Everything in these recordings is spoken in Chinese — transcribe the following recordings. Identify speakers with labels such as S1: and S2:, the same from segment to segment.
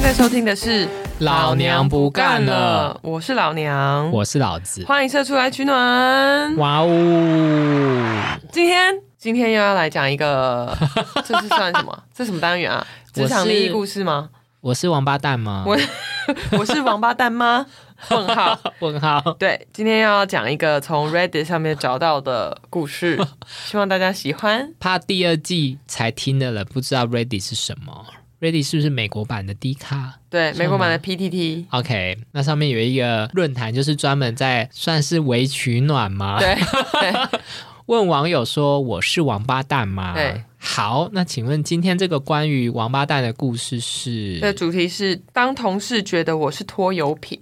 S1: 在收听的是《
S2: 老娘不干了》，
S1: 我是老娘，
S2: 我是老子。
S1: 欢迎社出来取暖。
S2: 哇哦！
S1: 今天今天又要来讲一 个，这是算什么？这什么单元啊？
S2: 我
S1: 职场利益
S2: 是
S1: 故事吗？
S2: 我是王八蛋吗？
S1: 我我是王八蛋 吗？问号。
S2: 问号。
S1: 对，今天要讲一个从 Reddit 上面找到的故 事，希望大家喜欢。
S2: 怕第二季才听的人不知道 Ready 是什么？Ready 是不是美国版的 D 卡
S1: 对，
S2: 是吗
S1: 美国版的 PTT，
S2: ？OK，那上面有一个论坛，就是专门在算是为取暖吗？
S1: 对对，
S2: 问网友说我是王八蛋吗
S1: 对？
S2: 好，那请问今天这个关于王八蛋的故事是？
S1: 这主题是当同事觉得我是拖油瓶，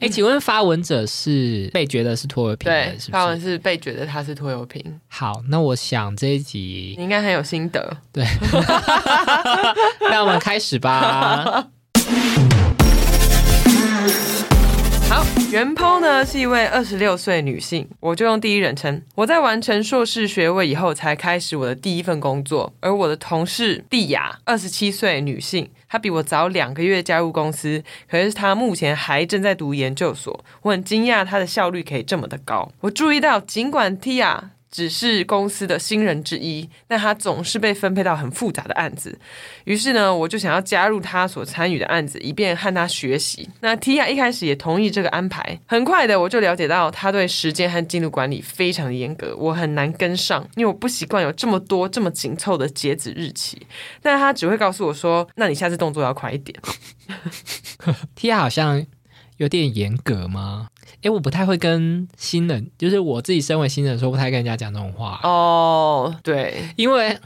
S2: 哎，请问发文者是被觉得是拖油瓶的
S1: 对
S2: 人，是不
S1: 发文
S2: 是？
S1: 是被觉得他是拖油瓶，
S2: 好，那我想这一集
S1: 你应该很有心得。
S2: 对，那我们开始 吧。
S1: 好，袁抛呢是一位二十六岁女性，我就用第一人称。我在完成硕士学位以后，才开始我的第一份工作。而我的同事蒂雅，二十七岁女性，她比我早两个月加入公司，可是她目前还正在读研究所。我很惊讶她的效率可以这么的高。我注意到，尽管蒂雅。只是公司的新人之一，但她总是被分配到很复杂的案子，于是呢，我就想要加入他所参与的案子，以便和他学习。那 Tia 一开始也同意这个安排。很快的，我就了解到他对时间和进度管理非常的严格，我很难跟上，因为我不习惯有这么多这么紧凑的截止日期。但他只会告诉我说：“那你下次动作要快一点。
S2: T 好像有点严格吗？诶，我不太会跟新人，就是我自己身为新人的时候，不太跟人家讲这种”话，
S1: 哦，对，
S2: 因为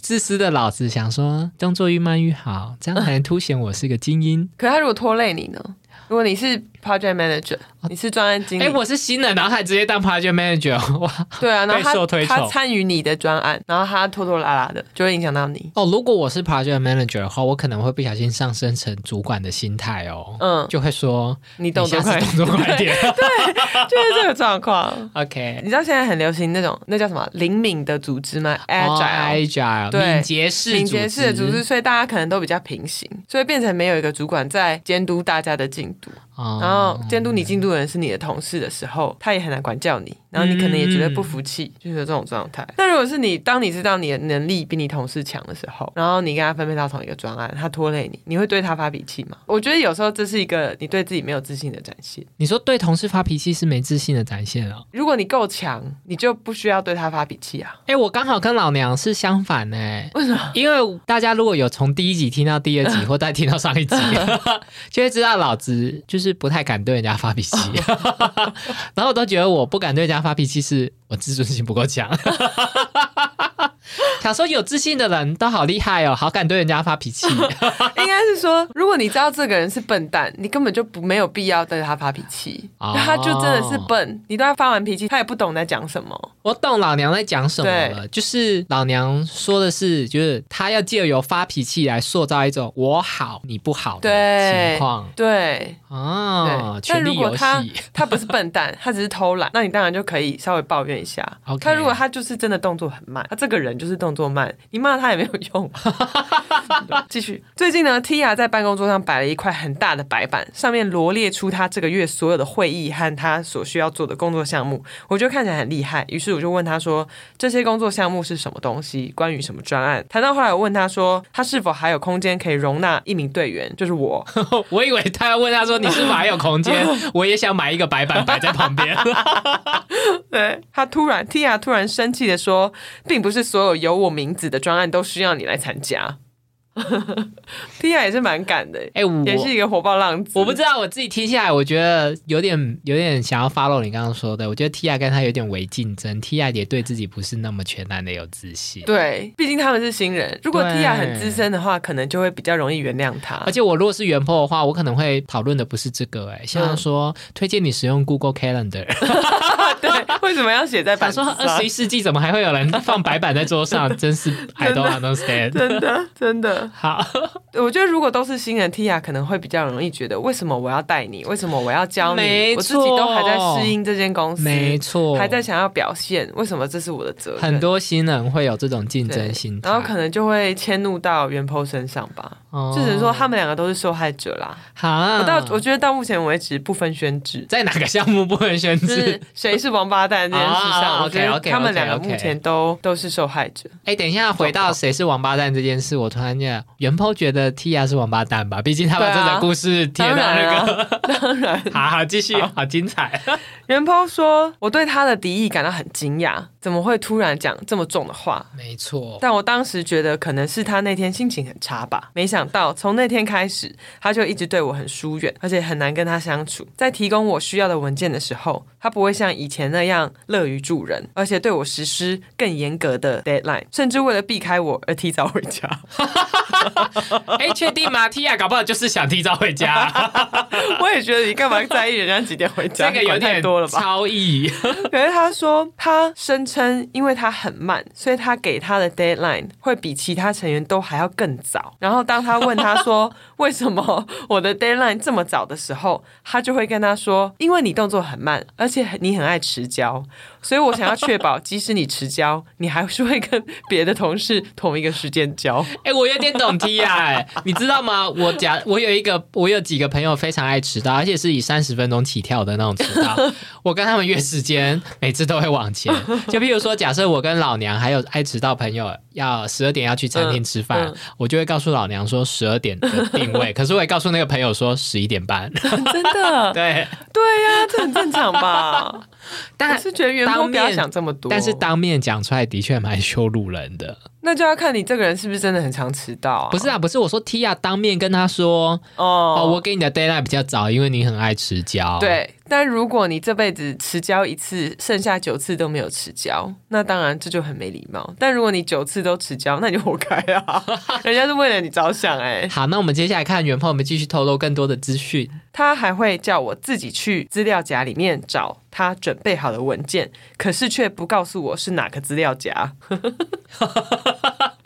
S2: 自私的老子想说，动作越慢越好，这样才能凸显我是个精 英。
S1: 可他如果拖累你呢？如果你是 project manager，你是专案经理，
S2: 诶，我是新人，然后还直接当 project manager，哇！
S1: 对啊，然
S2: 备受
S1: 后他
S2: 推崇
S1: 他参与你的专案，然后他拖拖拉拉的，就会影响到你。
S2: 哦，如果我是 project manager 的话，我可能会不小心上升成主管的心态哦，
S1: 嗯，
S2: 就会说
S1: 你动作
S2: 你
S1: 快
S2: 下
S1: 一点
S2: 次动作快 一点。
S1: 就是这个状况。
S2: OK，
S1: 你知道现在很流行那种那叫什么灵敏的组织吗？agile。
S2: agile，
S1: 对
S2: 敏捷式
S1: 敏捷式的
S2: 哦哎组
S1: 组织，所以大家可能都比较平行，所以变成没有一个主管在监督大家的进度，
S2: 哦
S1: 然后监督你进度的人是你的同事的时候，他也很难管教你，然后你可能也觉得不服气，
S2: 嗯
S1: 就是有这种状态。那如果是你，当你知道你的能力比你同事强的时候，然后你跟他分配到同一个专案，他拖累你，你会对他发脾气吗？我觉得有时候这是一个你对自己没有自信的展现。
S2: 你说对同事发脾气是没自信的展现哦。
S1: 如果你够强，你就不需要对他发脾气啊。
S2: 哎，我刚好跟老娘是相反呢、为什么？因为大家如果有从第一集听到第 二集，或再听到上一集，就会知道老子就是不太敢对人家发 脾气，然后我都觉得我不敢对人家发脾气是我自尊心不 够强。想说有自信的人都好厉害哦，好敢对人家发脾气。
S1: 应该是说，如果你知道这个人是笨蛋，你根本就不没有必要对他发脾气，
S2: 哦
S1: 他就真的是笨。你对他发完脾气，他也不懂你在讲什么。
S2: 我懂老娘在讲什么了，就是老娘说的是，就是她要借由发脾气来塑造一种我好你不好的
S1: 对
S2: 情况
S1: 对
S2: 啊，
S1: 对，
S2: 权
S1: 但如
S2: 力
S1: 果
S2: 游
S1: 他
S2: 戏。
S1: 他不是笨蛋， 他只是偷懒，那你当然就可以稍微抱怨一下。
S2: OK
S1: 他如果他就是真的动作很慢，他这个人就是动作慢，你骂他也没有用。 继续，最近呢，Tia 在办公桌上摆了一块很大的白板，上面罗列出他这个月所有的会议和他所需要做的工作项目，我觉得看起来很厉害，于是我就问他说这些工作项目是什么东西，关于什么专案。谈到后来，我问他说他是否还有空间可以容纳一名队员，就是我。
S2: 我以为他要问他说你是否还有 空间，我也想买一个白板摆在旁边。
S1: 对他突然，Tia 突然生气的说，并不是所有有我名字的专案都需要你来参加。Tia 也是蛮敢的，
S2: 哎、我
S1: 也是一个火爆浪子。
S2: 我不知道，我自己听下来，我觉得有点有点想要 follow 你刚刚说的，我觉得 T I 跟他有点为竞争，T I 也对自己不是那么全然的有自信。
S1: 对，毕竟他们是新人。如果
S2: 对
S1: Tia 很资深的话，可能就会比较容易原谅他。
S2: 啊而且 我如果是原 po 的话，我可
S1: 嗯
S2: 能会讨论的不是这个、欸，哎，像说、推荐你使用 Google Calendar，
S1: 对为什么要写在
S2: 想
S1: 板
S2: 说
S1: 上？
S2: 二十一世纪怎么还会有人放白板在 桌上？真是 I don't understand。
S1: 真的真的，
S2: 好，
S1: 我觉得如果都是新人 T 啊，可能会比较容易觉得为什么我要带你，为什么我要教你，
S2: 没
S1: 我自己都还在
S2: 错
S1: 适应这间公司，
S2: 没错，
S1: 还在想要表现，为什么这是我的责任？
S2: 很多新人会有这种竞
S1: 对
S2: 争心态，
S1: 然后可能就会迁怒到袁坡身上吧。
S2: 哦嗯
S1: 就只能说他们两个都是受害者啦。
S2: 哈，
S1: 我到我觉得到目前为止不分轩制，
S2: 在哪个项目不能选
S1: 就
S2: 址
S1: 是？谁是王八蛋这件事
S2: 啊
S1: 上，我觉
S2: OK，OK，
S1: 得他们两个
S2: OK，OK
S1: 目前都都是受害者。
S2: 哎、等一下，回到谁是王八蛋这件事，我突然间，原 po 觉得 Tia 是王八蛋吧？毕竟他把
S1: 对
S2: 这
S1: 啊
S2: 个故事贴到
S1: 当然
S2: 那
S1: 啊
S2: 个，
S1: 当然，
S2: 好好继续，好 精彩。
S1: 袁抛说：“我对他的敌意感到很惊讶，怎么会突然讲这么重的话？
S2: 没错，
S1: 但我当时觉得可能是他那天心情很差吧，没想到从那天开始，他就一直对我很疏远，而且很难跟他相处。在提供我需要的文件的时候，他不会像以前那样乐于助人，而且对我实施更严格的 deadline，甚至为了避开我而提早回家。
S2: 哎、确定吗？Tia 搞不好就是想提早回 家，
S1: 我也觉得你干嘛在意人家几点回家？
S2: 这个有
S1: 管太
S2: 点
S1: 多了吧？
S2: 超意。
S1: 可是他说，他声称因为他很慢，所以他给他的 deadline 会比其他成员都还要更早。然后当他问他 说为什么我的 deadline 这么早的时候，他就会跟他说，因为你动作很慢，而且你很爱迟交，所以我想要确保，即使你迟交，你还是会跟别的同事同一个时间交。
S2: 哎、我有点懂 Tia，、哎，你知道吗？我假我有一个，我有几个朋友非常爱迟到，而且是以三十分钟起跳的那种 迟到。我跟他们约时间，每次都会往前。就譬如说，假设我跟老娘还有爱迟到朋友要十二点要去餐厅吃饭，
S1: 嗯嗯
S2: 我就会告诉老娘说十二点的定 位，可是我也告诉那个朋友说十一点半。
S1: 真的，
S2: 对，
S1: 对呀、这很正常吧？ 我
S2: 但
S1: 是觉得员工不
S2: 当
S1: 要
S2: 面
S1: 想这么多，
S2: 但是当面讲出来的确蛮羞辱人的。
S1: 那就要看你这个人是不是真的很常迟到啊？
S2: 不是啊，不是，我说 Tia 当面跟他说，
S1: 哦
S2: 哦，我给你的 d a y l i g h t 比较早，因为你很爱迟交。。
S1: 对，但如果你这辈子迟交一次，剩下九次都没有迟交，那当然这就很没礼貌。但如果你九次都迟交，那你就活该啊！人家是为了你着想哎、
S2: 好，那我们接下来看元胖，我们继续透露更多的资讯。
S1: 他还会叫我自己去资料夹里面找他准备好的文件，可是却不告诉我是哪个资料夹。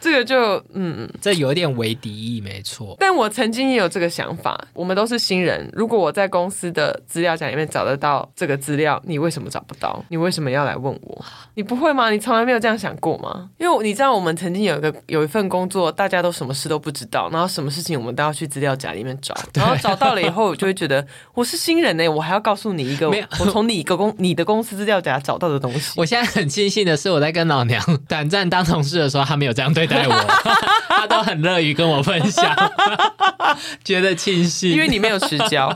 S1: 这个就嗯，
S2: 这有点为敌意，没错。
S1: 但我曾经也有这个想法。我们都是新人，如果我在公司的资料夹里面找得到这个资料，你为什么找不到？你为什么要来问我？你不会吗？你从来没有这样想过吗？因为你知道，我们曾经有一个有一份工作，大家都什么事都不知道，然后什么事情我们都要去资料夹里面 找，然后找到了以后，我就会觉得我是新人呢、欸我还要告诉你一个
S2: 没有
S1: 我从你一个公你的公司资料夹找到的东西。
S2: 我现在很庆幸的是，我在跟老娘短暂当同事的时候，她没有这样对 待我，她都很乐于跟我分享，觉得庆幸。
S1: 因为你没有迟交，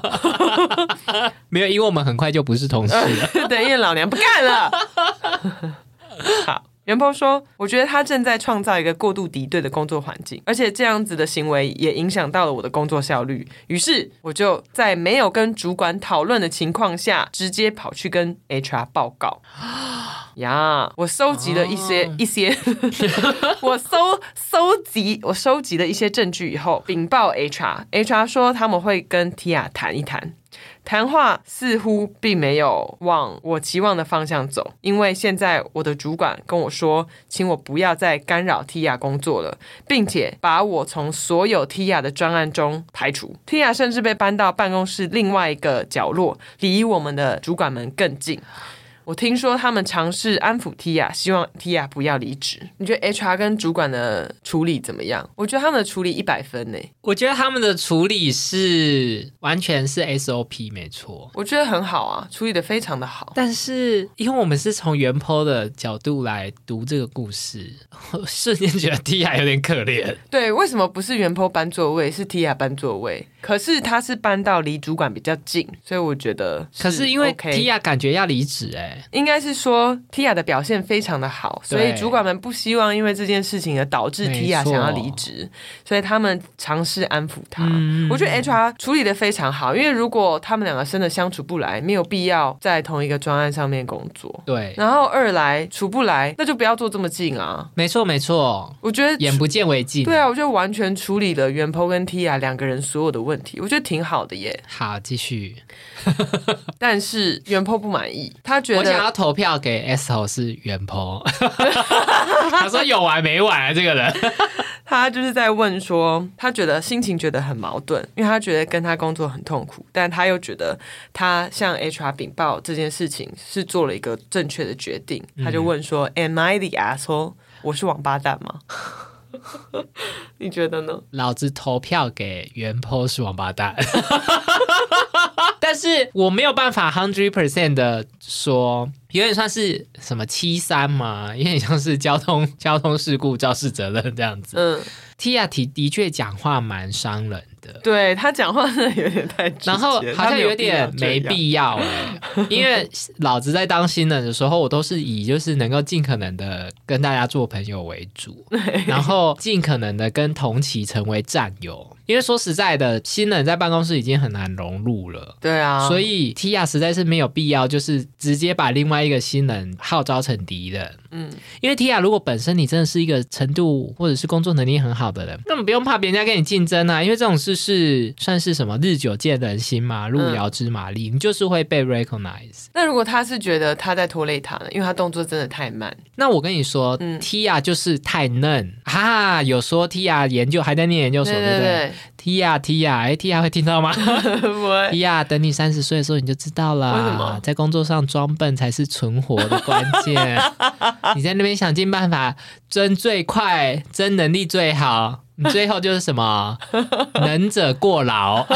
S2: 没有，因为我们很快就不是同事
S1: 呃
S2: 了。
S1: 对，因为老娘不干了。好，袁鹏说，我觉得他正在创造一个过度敌对的工作环境，而且这样子的行为也影响到了我的工作效率。于是我就在没有跟主管讨论的情况下，直接跑去跟 HR 报告。呀我收集了一些、一些， 我搜搜集我收集了一些证据以后，禀报 HR，HR 说他们会跟 Tia 谈一谈。谈话似乎并没有往我期望的方向走，因为现在我的主管跟我说，请我不要再干扰 Tia 工作了，并且把我从所有 Tia 的专案中排除。Tia 甚至被搬到办公室另外一个角落，离我们的主管们更近。我听说他们尝试安抚 Tia，希望 Tia 不要离职。你觉得 HR 跟主管的处理怎么样？我觉得他们的处理一百分欸呢、
S2: 我觉得他们的处理是完全是 SOP，没错。
S1: 我觉得很好啊，处理的非常的好。
S2: 但是，因为我们是从原 PO 的角度来读这个故事， 我瞬间觉得 Tia 有点可怜。
S1: 对，为什么不是原坡搬座位，是 Tia 搬座位？可是他是搬到离主管比较近，所以我觉得
S2: 可是因为
S1: OK。
S2: Tia 感觉要离职哎、
S1: 应该是说 Tia 的表现非常的好，所以
S2: 对
S1: 主管们不希望因为这件事情而导致
S2: 没
S1: Tia
S2: 错嗯
S1: 想要离职，所以他们尝试安抚他。我觉得 HR 处理的非常好，因为如果他们两个真的相处不来，没有必要在同一个专案上面工作。
S2: 对，
S1: 然后二来处不来，那就不要做这么近啊！
S2: 没错没错，
S1: 我觉得
S2: 眼不见为净。
S1: 对啊，我就完全处理了袁鹏跟 Tia 两个人所有的问题，我觉得挺好的耶。
S2: 好，继续。
S1: 但是袁鹏不满意，他觉得觉
S2: 我想
S1: 得
S2: 要投票给 S 头是袁鹏， 他说有完没完啊，这个人。
S1: 他就是在问说，他觉得心情觉得很矛盾，因为他觉得跟他工作很痛苦，但他又觉得他向 HR 禀报这件事情是做了一个正确的决定。
S2: 嗯
S1: 他就问说、a m I the asshole？我是王八蛋吗？” 你觉得呢？
S2: 老子投票给袁坡是王八蛋，但是我没有办法 hundred percent 的说，有点算是什么七三嘛，有点像是交通交通事故肇事责任这样子。
S1: 嗯，
S2: Tia 提的确讲话蛮伤人的，
S1: 对他讲话真的有点太直接，
S2: 然后好
S1: 他
S2: 像
S1: 没
S2: 有
S1: 有
S2: 点没
S1: 必要这样
S2: 必要哎、因为老子在当新人的时候，我都是以就是能够尽可能的跟大家做朋友为主， 然后尽可能的跟同期成为战友。因为说实在的，新人在办公室已经很难融入了。
S1: 对啊，
S2: 所
S1: 以
S2: 以 Tia 实在是没有必要，就是直接把另外一个新人号召成敌人。
S1: 嗯，
S2: 因为 Tia 如果本身你真的是一个程度或者是工作能力很好的人，根本不用怕别人家跟你竞争啊，因为这种事是算是什么日久见人心嘛，路遥知马力，你就是会被 recognize。
S1: 那如果他是觉得他在拖累他呢，因为他动作真的太慢，
S2: 那我跟你说、
S1: 嗯
S2: t i a 就是太嫩哈、有说 Tia 研究还在念研究所，对不对
S1: 对
S2: ？Tia Tia，哎，Tia 会听到 吗
S1: 对，不会，
S2: ？Tia，等你三十岁的时候你就知道了。
S1: 为什么
S2: 在工作上装笨才是存活的关 键。你在那边想尽办法争最快、争能力最好，你最后就是什 么能者过劳。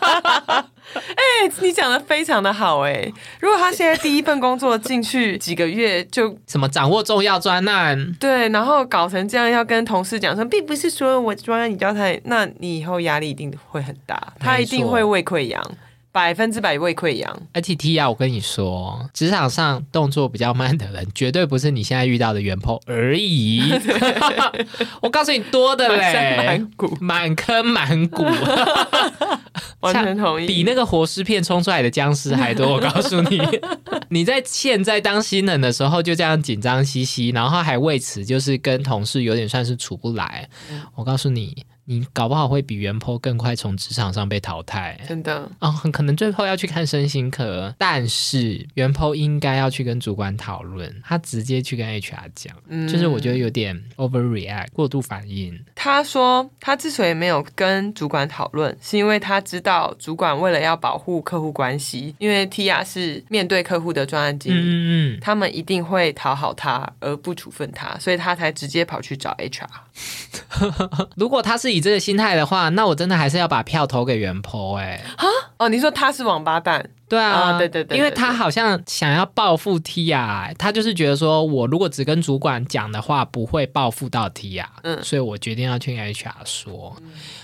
S1: 哎、 你讲的非常的好哎、如果他现在第一份工作进去几个月就
S2: 什么掌握重要专案，
S1: 对，然后搞成这样，要跟同事讲说，并不是说我专案你教他，那你以后压力一定会很大，他一定会胃溃疡，百分之百胃溃疡。
S2: 而且 T 啊，我跟你说，职场上动作比较慢的人，绝对不是你现在遇到的原 p 而 已。我告诉你，多的
S1: 满山
S2: 嘞
S1: 满谷，
S2: 满坑满谷，
S1: 完全同意，
S2: 比那个活尸片冲出来的僵尸还多。我告诉你，你在现在当新人的时候就这样紧张兮兮，然后还为此就是跟同事有点算是处不来。我告诉你，你搞不好会比原 p 更快从职场上被淘汰。
S1: 真的
S2: 哦，很可能最后要去看身心科，但是原 po 应该要去跟主管讨论，他直接去跟 HR 讲，就是我觉得有点 overreact 过度反应。
S1: 他说，他之所以没有跟主管讨论，是因为他知道主管为了要保护客户关系，因为 Tia 是面对客户的专案经理，
S2: 嗯嗯
S1: 他们一定会讨好他而不处分他，所以他才直接跑去找 HR。
S2: 嗯，如果他是以这个心态的话，那我真的还是要把票投给原 po 哎、
S1: 哦，你说他是王八蛋，
S2: 对啊，
S1: 啊对对对对
S2: 因为他好像想要报复 T 啊，他就是觉得说我如果只跟主管讲的话，不会报复到 T 啊，
S1: 嗯
S2: 所以我决定要去跟 HR 说，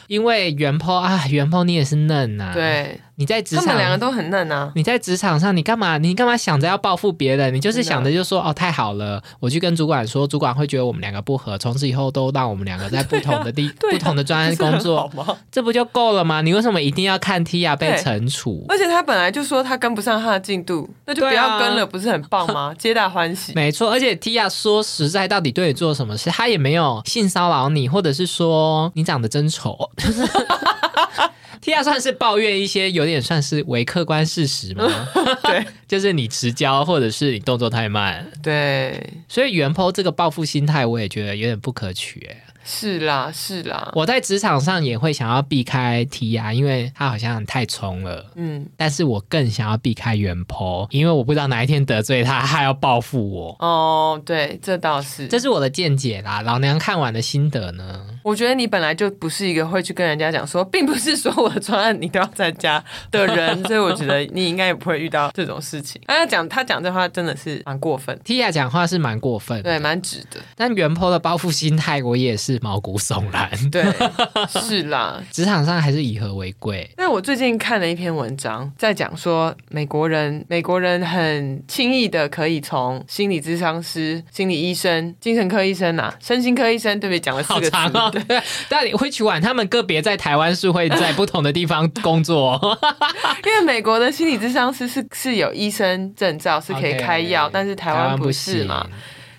S2: 因为原 po 啊，原 po 你也是嫩啊，。
S1: 对
S2: 你在职
S1: 他
S2: 场，
S1: 们两个都很嫩啊。
S2: 你在职场上，你干嘛？你干嘛想着要报复别人？你就是
S1: 真的
S2: 想着就说哦，太好了，我去跟主管说，主管会觉得我们两个不合，从此以后都让我们两个在不同的地、
S1: 对啊
S2: 不同的专案
S1: 不是
S2: 工
S1: 很
S2: 作，
S1: 好吗？
S2: 这不就够了吗？你为什么一定要看 T 啊被
S1: 对
S2: 惩处？
S1: 而且他本来就说他跟不上他的进度，那就不
S2: 对啊
S1: 要跟了，不是很棒 吗？皆大欢喜。
S2: 没错，而且 T 啊说实在，到底对你做了什么事，他也没有性骚扰你，或者是说你长得真丑。T 啊算是抱怨一些有点算是为客观事实嘛，
S1: 对
S2: 就是你迟交或者是你动作太慢。
S1: 对，
S2: 所以原 po 这个报复心态，我也觉得有点不可取、欸。
S1: 是啦是啦，
S2: 我在职场上也会想要避开 T 啊，因为他好像太冲了。
S1: 嗯
S2: 但是我更想要避开原 po，因为我不知道哪一天得罪他，他要报复我。
S1: 哦，对，这倒是。
S2: 这是我的见解啦，老娘看完的心得呢。
S1: 我觉得你本来就不是一个会去跟人家讲说，并不是所有的专案你都要参加的人，所以我觉得你应该也不会遇到这种事情。 他讲他讲这话真的是蛮过分，
S2: T 啊讲话是蛮过分的，
S1: 对，蛮直的，
S2: 但原 po 的报复心态，我也是毛骨悚然。
S1: 对，是啦。
S2: 职场上还是以和为贵。
S1: 那我最近看了一篇文章，在讲说美国人，美国人很轻易的可以从心理咨商师、心理医生、精神科医生啊、身心科医生，对不对？讲了四
S2: 好
S1: 个词，
S2: 长哦
S1: 对，
S2: 但你会去玩，他们个别在台湾是会在不同的地方工作哦、
S1: 因为美国的心理咨商师是是有医生证照，是可以
S2: OK，
S1: 开药但是 台湾不是
S2: 行
S1: 嘛？？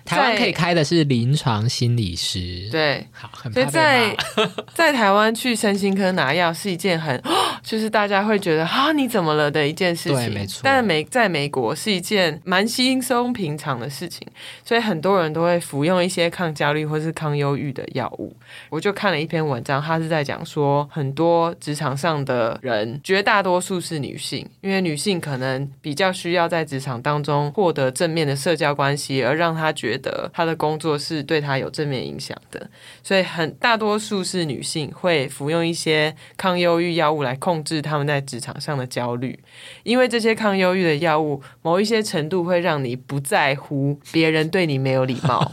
S2: 台湾
S1: 在
S2: 可以开的是临床心理师，，
S1: 对，
S2: 好，很
S1: 所以
S2: 怕被
S1: 在
S2: 骂
S1: 在台湾去身心科拿药是一件很 就是大家会觉得啊你怎么了的一件事情，
S2: 对没错
S1: 但美在美国是一件蛮轻松平常的事情，所以很多人都会服用一些抗焦虑或是抗忧郁的药物。我就看了一篇文章，他是在讲说，很多职场上的人，绝大多数是女性，因为女性可能比较需要在职场当中获得正面的社交关系，而让她觉得她的工作是对她有正面影响的。所以很大多数是女性会服用一些抗忧郁药物来控制她们在职场上的焦虑，因为这些抗忧郁的药物，某一些程度会让你不在乎别人对你没有礼 貌，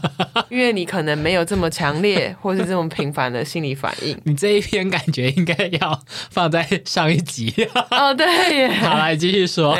S1: 因为你可能没有这么强烈或是这么频繁的心理反应。
S2: 你这一篇感觉应该要放在上一集。
S1: 哦， 对耶，
S2: 好，来继续说。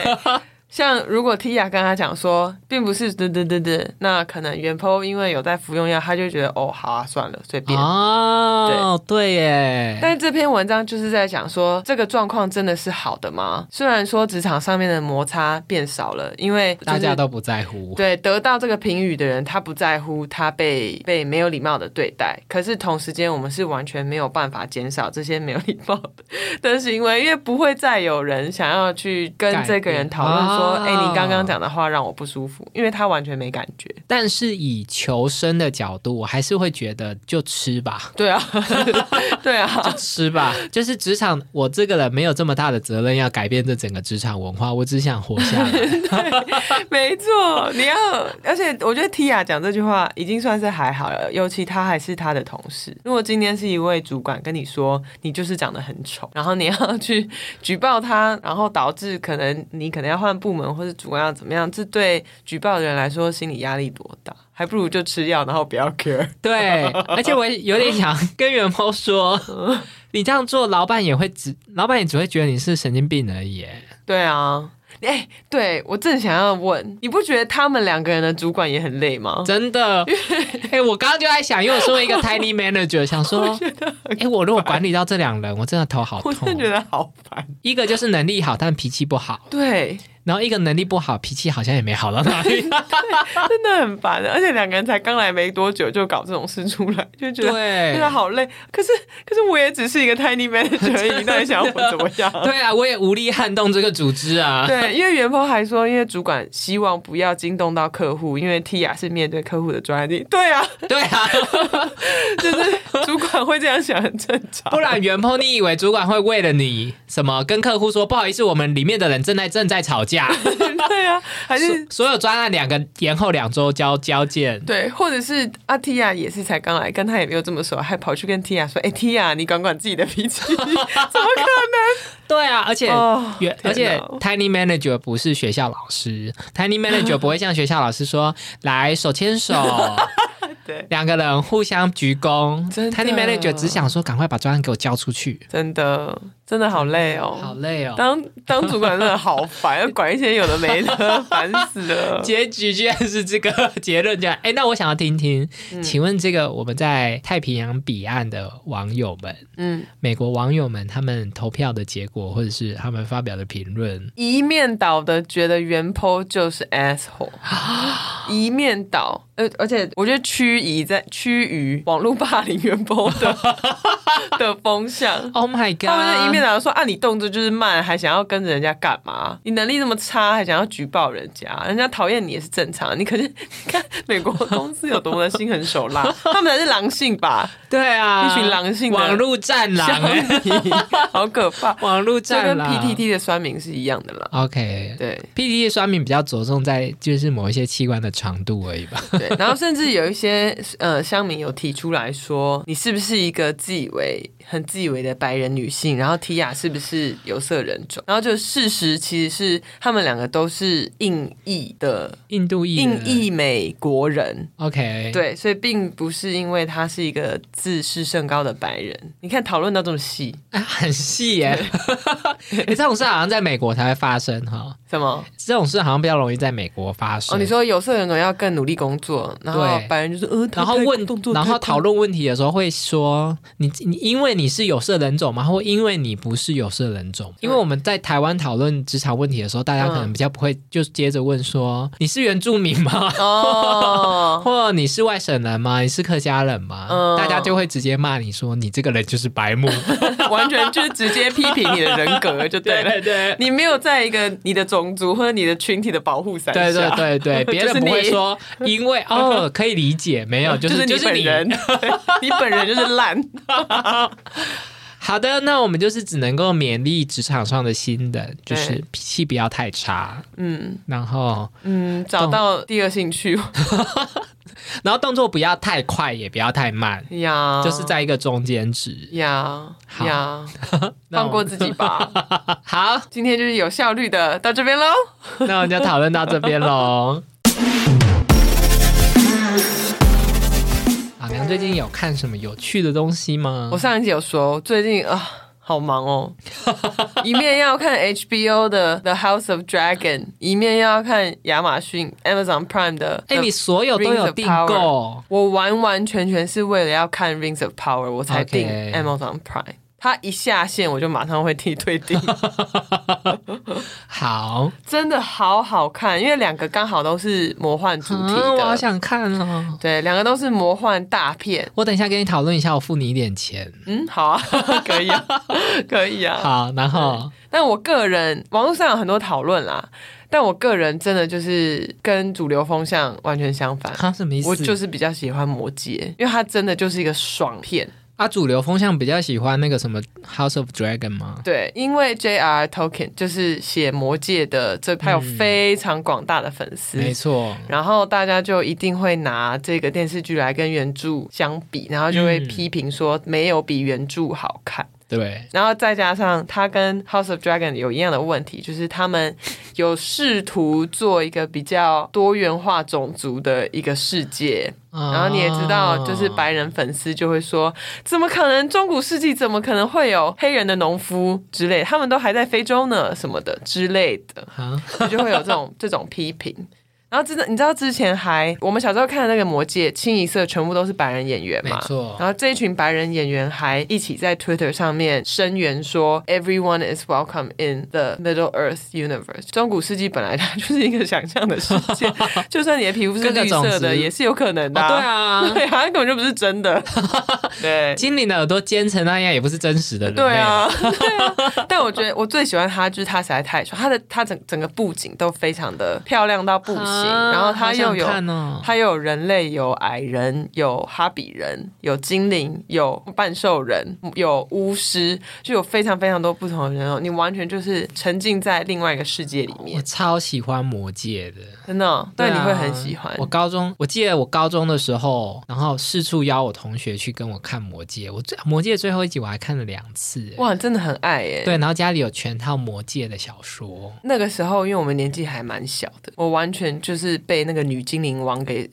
S1: 像如果 Tia 跟他讲说，并不是对对对对，那可能原 PO 因为有在服用药，他就觉得哦，好啊，算了，随便。
S2: 哦，对耶，
S1: 但是这篇文章就是在讲说，这个状况真的是好的吗？虽然说职场上面的摩擦变少了，因为、就是、
S2: 大家都不在乎。
S1: 对得到这个评语的人，他不在乎他被被没有礼貌的对待。可是同时间，我们是完全没有办法减少这些没有礼貌的的行为，因为不会再有人想要去跟这个人讨论说
S2: 改：“
S1: 哎、
S2: 变
S1: 你刚刚讲的话让我不舒服。”因为他完全没感觉。
S2: 但是以求生的角度，我还是会觉得就吃吧，
S1: 对啊， 对啊，
S2: 吃吧。就是职场，我这个人没有这么大的责任要改变这整个职场文化，我只想活下来。
S1: 没错。你要，而且我觉得 Tia 讲这句话已经算是还好了，尤其他还是他的同事。如果今天是一位主管跟你说你就是长得很丑， 然后你要去举报他，然后导致可能你可能要换部门或者主管要怎么样，这对举报的人来说心理压力多大？还不如就吃药，然后不要 care。
S2: 对，而且我有点想跟元猫 说，你这样做，老板也会只，老板也只会觉得你是神经病而已耶。
S1: 对啊。哎、对我正想要问，你不觉得他们两个人的主管也很累吗？
S2: 真的，哎、我刚刚就在想，因为我身为一个 tiny manager，想说，哎、我如果管理到这两人， 我真的头好
S1: 我真的觉
S2: 痛。啊
S1: 得好烦。
S2: 一个就是能力好，但脾气不好；
S1: 对，
S2: 然后一个能力不好，脾气好像也没好到哪里。
S1: 真的很烦啊的，而且两个人才刚来没多久就搞这种事出来，就觉得真
S2: 对
S1: 的，好累。可是可是我也只是一个 tiny manager 而已，那你想要我怎么样？
S2: 对啊，我也无力撼动这个组织啊。
S1: 对，因为元峰还说，因为主管希望不要惊动到客户，因为 Tia 是面对客户的专案例。对 啊，
S2: 对啊，
S1: 就是主管会这样想很正常。
S2: 不然原碰，你以为主管会为了你什么跟客户说不好意思，我们里面的人正在正在吵 架，
S1: 对啊，还
S2: 所
S1: 是
S2: 所有专案两个延后两周交交件。
S1: 对，或者是阿 Tia 也是才刚来，跟他也没有这么熟，还跑去跟 Tia 说：“哎、t i a 你管管自己的脾气， 怎么
S2: 对啊，而且
S1: 哦
S2: 原、
S1: 天哪
S2: 而且 Tiny Manager 不是学校老师，Tiny Manager 不会像学校老师说来手牵手，
S1: 对
S2: 两个人互相鞠躬。
S1: 真的
S2: Tiny Manager 只想说赶快把专案给我交出去，
S1: 真的真的好累哦，
S2: 好累哦。
S1: 当当主管真的好烦，要管一些有的没的，烦死了。
S2: 结局居然是这个结论，这样。哎，那我想要听听，
S1: 嗯
S2: 请问这个我们在太平洋彼岸的网友们，
S1: 嗯，
S2: 美国网友们，他们投票的结果，或者是他们发表的评论，
S1: 一面倒的觉得原 PO 就是 asshole，一面倒，而而且我觉得趋移在趋于网络霸凌原 PO 的的风向。
S2: Oh my god！
S1: 他们就一面倒地说啊，你动作就是慢，还想要跟着人家干嘛？你能力那么差，还想要举报人家？人家讨厌你也是正常。你可是 你看美国公司有多么的心狠手 辣，他们才是狼性吧？
S2: 对啊，
S1: 一群狼性的
S2: 网络战狼、
S1: 小
S2: 哎
S1: 米好可怕！
S2: 网络
S1: 这
S2: 战
S1: 跟
S2: 狼
S1: PTT 的酸民是一样的啦。
S2: OK。
S1: 对
S2: PTT 刷屏比较着重在就是某一些器官的长度 而已吧。
S1: 对，然后甚至有一些呃乡民有提出来说，你是不是一个自以为很自以为的白人女性？然后 Tia 是不是有色人种？然后就事实其实是他们两个都是印裔的
S2: 印度裔
S1: 印
S2: 人
S1: 裔美国人，
S2: OK，，
S1: 对，所以并不是因为他是一个自视甚高的白人。你看讨论到
S2: 啊
S1: 这么细，
S2: 哎很细耶、欸这种事好像在美国才会发生哈。
S1: 什么？
S2: 这种事好像比较容易在美国发生。
S1: 哦，你说有色人种要更努力工作，然后
S2: 对
S1: 白人就是呃，
S2: 然后
S1: 太
S2: 问
S1: 动作，
S2: 然后
S1: 太
S2: 讨论问题的时候会说，你你因为你是有色人种嘛，或因为你不是有色人种。因为我们在台湾讨论职场问题的时候，大家可能比较不会，就接着问说你是原住民 吗？
S1: 哦，
S2: 或你是外省人吗？你是客家人吗？
S1: 嗯
S2: 大家就会直接骂你说你这个人就是白目。
S1: 完全就是直接批评你的人 格就 对了。
S2: 对。
S1: 你没有在一个你的种族或者你的群体的保护伞
S2: 对对
S1: 下，
S2: 对对， 别人不会说，因为哦可以理解，没有就是
S1: 就是你
S2: 就是
S1: 本
S2: 你
S1: 人， 你本人就是烂。
S2: 好的，那我们就是只能够勉励职场上的新人，就
S1: 对
S2: 是脾气不要太差，
S1: 嗯
S2: 然后
S1: 嗯，找到第二兴趣
S2: 然后动作不要太快，也不要太慢，
S1: 呀，
S2: 就是在一个中间值。
S1: 呀
S2: 好
S1: 呀，
S2: 那我
S1: 放过自己吧。
S2: 好，
S1: 今天就是有效率的到这边喽。
S2: 那我们就讨论到这 边喽。老娘最近有看什么有趣的东西吗
S1: 我？上一集有说，最近啊。好忙 哦，一面要看 HBO 的《The House of Dragon》，一面要看亚马逊 Amazon Prime 的。
S2: 哎，你所有都有订
S1: Rings of
S2: 购，
S1: 我完完全全是为了要看《Rings of Power》，我才订
S2: OK
S1: Amazon Prime。它一下线，我就马上会替退 订，
S2: 好，
S1: 真的好好看，因为两个刚好都是魔幻主题
S2: 嗯我好
S1: 的，
S2: 想看哦。
S1: 对，两个都是魔幻大片。
S2: 我等一下跟你讨论一下，我付你一点钱。
S1: 嗯，好 啊，可以啊，可以啊。
S2: 好，然后
S1: 但我个人网络上有很多讨论啦，但我个人真的就是跟主流风向完全相反。
S2: 啊，什么意思？
S1: 我就是比较喜欢《魔戒》，因为它真的就是一个爽片。
S2: 啊，主流风向比较喜欢那个什么 House of Dragon 吗？
S1: 对，因为 J.R. Tolkien 就是写《魔戒》的这，他有非常广大的粉丝。
S2: 嗯没错，
S1: 然后大家就一定会拿这个电视剧来跟原著相比，然后就会
S2: 嗯
S1: 批评说没有比原著好看。
S2: 对，
S1: 然后再加上它跟 House of Dragon 有一样的问题，就是他们有试图做一个比较多元化种族的一个世界。
S2: 啊
S1: 然后你也知道，
S2: 哦
S1: 就是白人粉丝就会说，怎么可能中古世纪怎么可能会有黑人的农夫之类，他们都还在非洲呢什么的之类的，
S2: 啊，
S1: 就就会有这种 这种批评。然后真的，你知道之前还我们小时候看的那个《魔戒》，清一色全部都是白人演员
S2: 没
S1: 嘛，
S2: 错，
S1: 然后这一群白人演员还一起在 Twitter 上面声援说，Everyone is welcome in the Middle Earth universe。中古世纪本来它就是一个想象的世 界，就算你的皮肤是
S2: 各个
S1: 绿
S2: 种
S1: 色的，
S2: 族
S1: 也是有可能的、
S2: 哦对啊
S1: 对啊，根本就不是真 的。对。
S2: 精灵的耳朵尖成那样也不是真实的人类
S1: 对啊， 对啊，但我觉得我最喜欢他就是他实在太帅，他的他整整个布景都非常的漂亮到不行，
S2: 啊
S1: 然后他又
S2: 好想
S1: 有
S2: 看哦，
S1: 它有人类，有矮人，有哈比人，有精灵，有半兽人，有巫师，就有非常非常多不同的人哦。你完全就是沉浸在另外一个世界里
S2: 我
S1: 面，
S2: 超喜欢魔戒的。
S1: 真的哦、对，
S2: 哦啊
S1: 你会很喜欢
S2: 我。高中，我记得我高中的时候，然后四处邀我同学去跟我看《魔戒》，我最《魔戒》最后一集我还看了两次。
S1: 哇，真的很爱耶！
S2: 对，然后家里有全套《魔戒》的小说，
S1: 那个时候，因为我们年纪还蛮小的，我完全就是被那个女精灵王给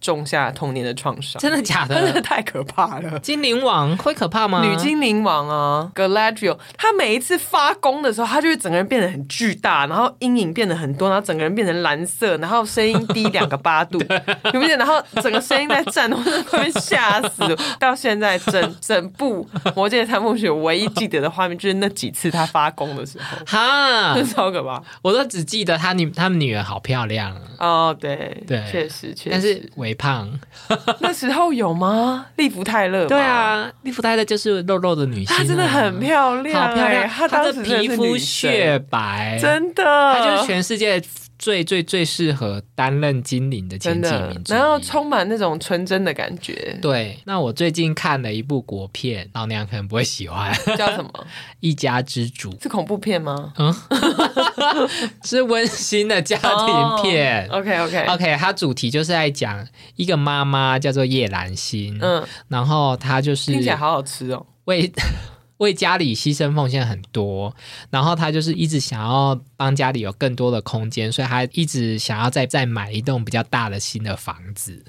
S1: 种下童年的创伤，
S2: 真的 假
S1: 真的
S2: 的？
S1: 太可怕了。
S2: 精灵王会可怕吗？
S1: 女精灵王啊，Galadriel，她每一次发功的时候，她就会整个人变得很巨大，然后阴影变得很多，然后整个人变成蓝色，然后声音低两个八 度，你不觉得？然后整个声音在颤，我真的快被吓死了。到现在，整 整部《魔戒三部曲》唯一记得的画面就是那几次她发功的时 候，
S2: 哈
S1: 真，的超可怕。
S2: 我都只记得他女他们女儿好漂亮啊，
S1: 哦，对，
S2: 对
S1: 确实，确实。
S2: 但是微胖。
S1: 那时候有吗？利弗泰勒，
S2: 对。啊，利弗泰勒就是肉肉的女星啊、
S1: 她真的很漂亮、欸
S2: 好漂亮，
S1: 她
S2: 她
S1: 当
S2: 的
S1: 时真
S2: 皮
S1: 是
S2: 肤
S1: 女神
S2: 雪白，
S1: 真的，
S2: 她就是全世界最最最适合担任精灵的前
S1: 真
S2: 几
S1: 的
S2: 名，之一
S1: 然后充满那种纯真的感觉，
S2: 对，那我最近看了一部国片，老娘可能不会喜欢， 《
S1: 叫什么？
S2: 一家之主》
S1: 是恐怖片吗？
S2: 是温馨的家庭片。
S1: OK OK，
S2: OK，它主题就是在讲一个妈妈叫做叶兰心，
S1: 嗯，
S2: 然后她就是
S1: 听起来好好吃哦。
S2: 为 为家里牺牲奉献很多，然后他就是一直想要帮家里有更多的空间，所以他一直想要再再买一栋比较大的新的房子。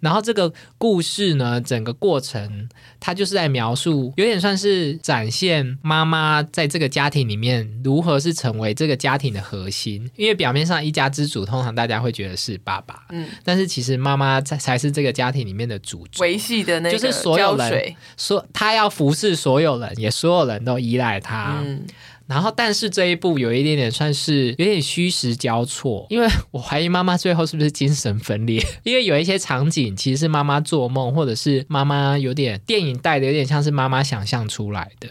S2: 然后这个故事呢，整个过程他就是在描述，有点算是展现妈妈在这个家庭里面如何是成为这个家庭的核心。因为表面上一家之主，通常大家会觉得是爸爸，
S1: 嗯，
S2: 但是其实妈妈才才是这个家庭里面的主角。
S1: 维系的那个
S2: 就是所
S1: 胶
S2: 有人
S1: 水，
S2: 说他要服侍所有人，也所有人都依赖他。
S1: 嗯，
S2: 然后，但是这一部有一点点算是有点虚实交错，因为 我怀疑妈妈最后是不是精神分裂， 因为有一些场景其实是妈妈做梦，或者是妈妈有点电影带的，有点像是妈妈想象出来的。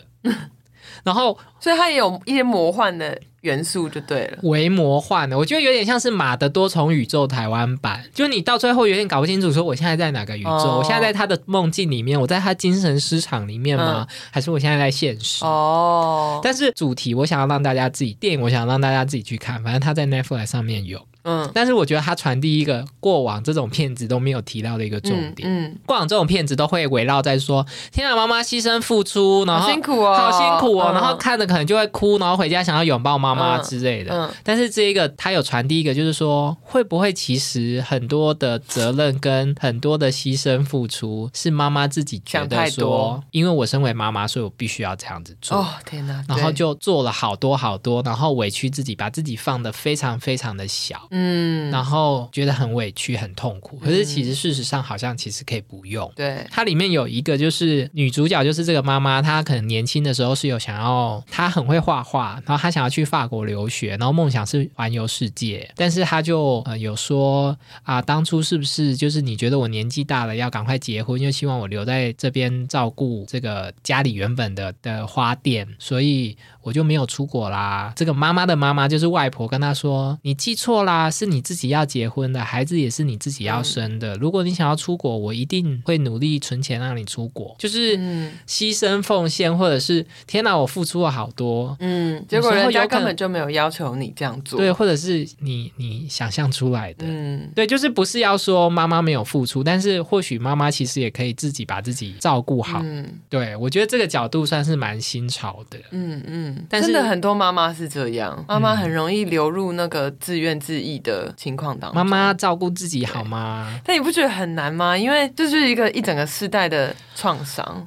S2: 然后
S1: 所以它也有一些魔幻的元素就对了。
S2: 为魔幻的，我觉得有点像是马的多重宇宙台湾版，就你到最后有点搞不清楚，说我现在在哪个宇宙？
S1: 哦
S2: 我现在在他的梦境里面，我在他精神失常里面吗？
S1: 嗯
S2: 还是我现在在现实？
S1: 哦，
S2: 但是主题我想要让大家自己电影，我想要让大家自己去看，反正他在 Netflix 上面有。
S1: 嗯，
S2: 但是我觉得他传递一个过往这种片子都没有提到的一个重点。
S1: 嗯，
S2: 过往这种片子都会围绕在说，天啊，妈妈牺牲付
S1: 嗯
S2: 出，然
S1: 好
S2: 后
S1: 辛苦哦，
S2: 好辛苦哦，
S1: 嗯
S2: 然后看着可能就会哭，然后回家想要拥抱妈妈
S1: 嗯
S2: 之类的。
S1: 嗯
S2: 但是这一个他有传递一个，就是说会不会其实很多的责任跟很多的牺牲付出是妈妈自己觉
S1: 想
S2: 得
S1: 太
S2: 说
S1: 多，
S2: 因为我身为妈妈，所以我必须要这样子做。
S1: 哦，天哪，
S2: 然后
S1: 对
S2: 就做了好多好多，然后委屈自己，把自己放得非常非常的小，
S1: 嗯，
S2: 然后觉得很委屈、很痛苦。可是其实事实上好像其实可以不用。
S1: 对，
S2: 它呃里面有一个就是女主角，就是这个妈妈，她可能年轻的时候是有想要，她很会画画，然后她想要去法国留学，然后梦想是环游世界，但是她就呃有说啊，当初是不是就是你觉得我年纪大了要赶快结婚，又希望我留在这边照顾这个家里原本的的花店，所以我就没有出国啦。这个妈妈的妈妈就是外婆跟她说，你记错啦，是你自己要结婚的，孩子也是你自己要生的。如果你想要出国，我一定会努力存钱让你出国，就是
S1: 嗯
S2: 牺牲奉献，或者是天哪，我付出了好多。
S1: 嗯，结果
S2: 有时候
S1: 人家
S2: 有可能
S1: 根本就没有要求你这样做，
S2: 对，或者是你你想象出来的，
S1: 嗯，
S2: 对，就是不是要说妈妈没有付出，但是或许妈妈其实也可以自己把自己照顾好。
S1: 嗯
S2: 对我觉得这个角度算是蛮新潮的。
S1: 嗯嗯，
S2: 但是嗯
S1: 真的很多妈妈是这样，妈妈很容易流入那个自怨自艾的情况当中。
S2: 妈妈照顾自己好吗？
S1: 但你不觉得很难吗？因为这是一个一整个世代的创伤。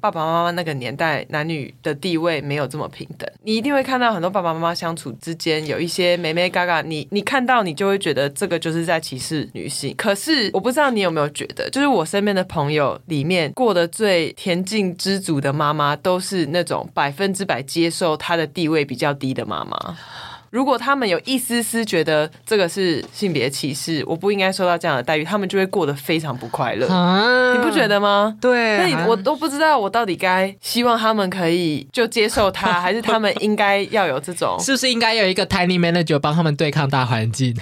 S1: 爸爸妈妈那个年代，男女的地位没有这么平等。你一定会看到很多爸爸妈妈相处之间有一些眉眉嘎嘎，你你看到你就会觉得这个就是在歧视女性。可是我不知道你有没有觉得，就是我身边的朋友里面过得最恬静知足的妈妈，都是那种百分之百接受她的地位比较低的妈妈。如果他们有一丝丝觉得这个是性别歧视，我不应该受到这样的待遇，他们就会过得非常不快乐。
S2: 啊
S1: 你不觉？得吗？
S2: 对，
S1: 那你
S2: 好像
S1: 我都不知道，我到底该希望他们可以就接受 他，还是他们应该要有这 种？
S2: 是不是应该有一个 tiny manager 帮他们对抗大环境？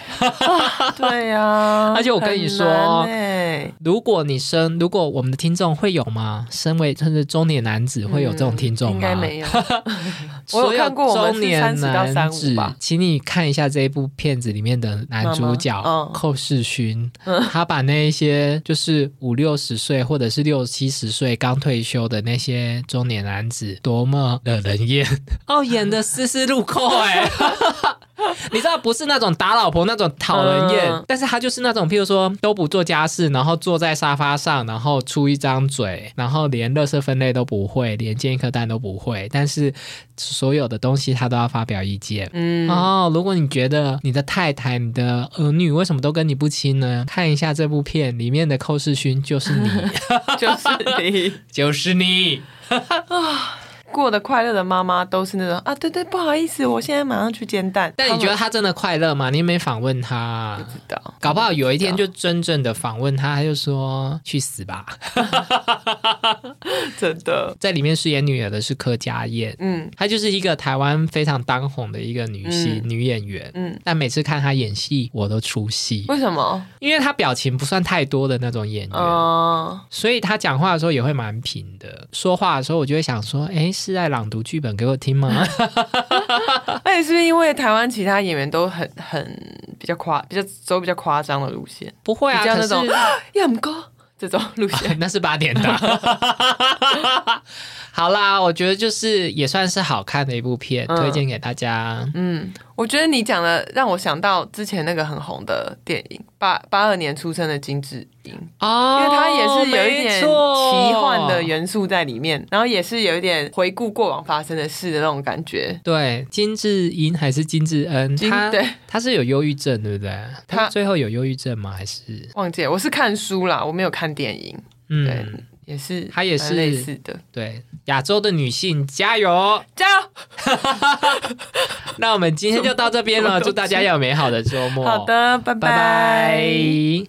S1: 对呀、
S2: 而且我跟你说
S1: 很难欸
S2: 如果你生，如果我们的听众会有吗？身为甚至中年男子会有这种听众
S1: 嗯
S2: 吗？
S1: 应该没有。我有
S2: 所有
S1: 看过我们是
S2: 中年
S1: 30到35
S2: 男子
S1: 吧，
S2: 请你看一下这一部片子里面的男主角
S1: 妈妈嗯嗯
S2: 寇世勋，他把那一些就是五六十岁或者是六七十岁刚退休的那些中年男子，多么惹人厌哦，演的丝丝入扣哎、 你知道不是那种打老婆那种讨人厌，
S1: 嗯
S2: 但是他就是那种，譬如说都不做家事，然后坐在沙发上，然后出一张嘴，然后连垃圾分类都不会，连煎一颗蛋都不会，但是所有的东西他都要发表意见。
S1: 嗯，
S2: 哦，如果你觉得你的太太、你的儿女为什么都跟你不亲呢？看一下这部片里面的寇世勋就是 你，
S1: 就是你
S2: 就是你。
S1: 过得快乐的妈妈都是那种啊，对对，不好意思，我现在马上去煎蛋。
S2: 但你觉得
S1: 他
S2: 他真的快乐吗？你没访问他
S1: 们，不知道？
S2: 搞不好有一天
S1: 啊
S2: 就真正的访问他，他就说去死吧。
S1: 真的，
S2: 在里面饰演女儿的是柯佳燕，
S1: 嗯
S2: 她就是一个台湾非常当红的一个女戏、女演员。
S1: 嗯，
S2: 但每次看她演戏，我都出戏，
S1: 为什么？
S2: 因为她表情不算太多的那种演员，
S1: 嗯。
S2: 所以她讲话的时候也会蛮平的。说话的时候，我就会想说，哎，是在朗读剧本给我听吗？
S1: 而且是不是因为台湾其他演员都很很比较夸，比较走比较夸张的路线，
S2: 不会啊，
S1: 比较
S2: 可
S1: 那
S2: 是
S1: 种要么高这种路线，
S2: 那是八点档。好啦，我觉得就是也算是好看的一部片，
S1: 嗯
S2: 推荐给大家。
S1: 嗯，我觉得你讲的让我想到之前那个很红的电影，八八二年出生的金智英，
S2: 哦
S1: 因为它也是有一点
S2: 没错
S1: 奇幻的元素在里面，然后也是有一点回顾过往发生的事的那种感觉。
S2: 对，金智英还是金智恩？
S1: 金
S2: 她
S1: 对
S2: 她是有忧郁症，对不对？
S1: 她
S2: 她最后有忧郁症吗？还是
S1: 忘记了我是看书啦，我没有看电影，对，
S2: 嗯，
S1: 也是
S2: 它也是
S1: 蛮类似的。
S2: 对，亚洲的女性加 油！
S1: 加油！
S2: 那我们今天就到这边
S1: 什么
S2: 了，
S1: 东西
S2: 祝大家有美好的周末。
S1: 好，的，拜
S2: 拜拜。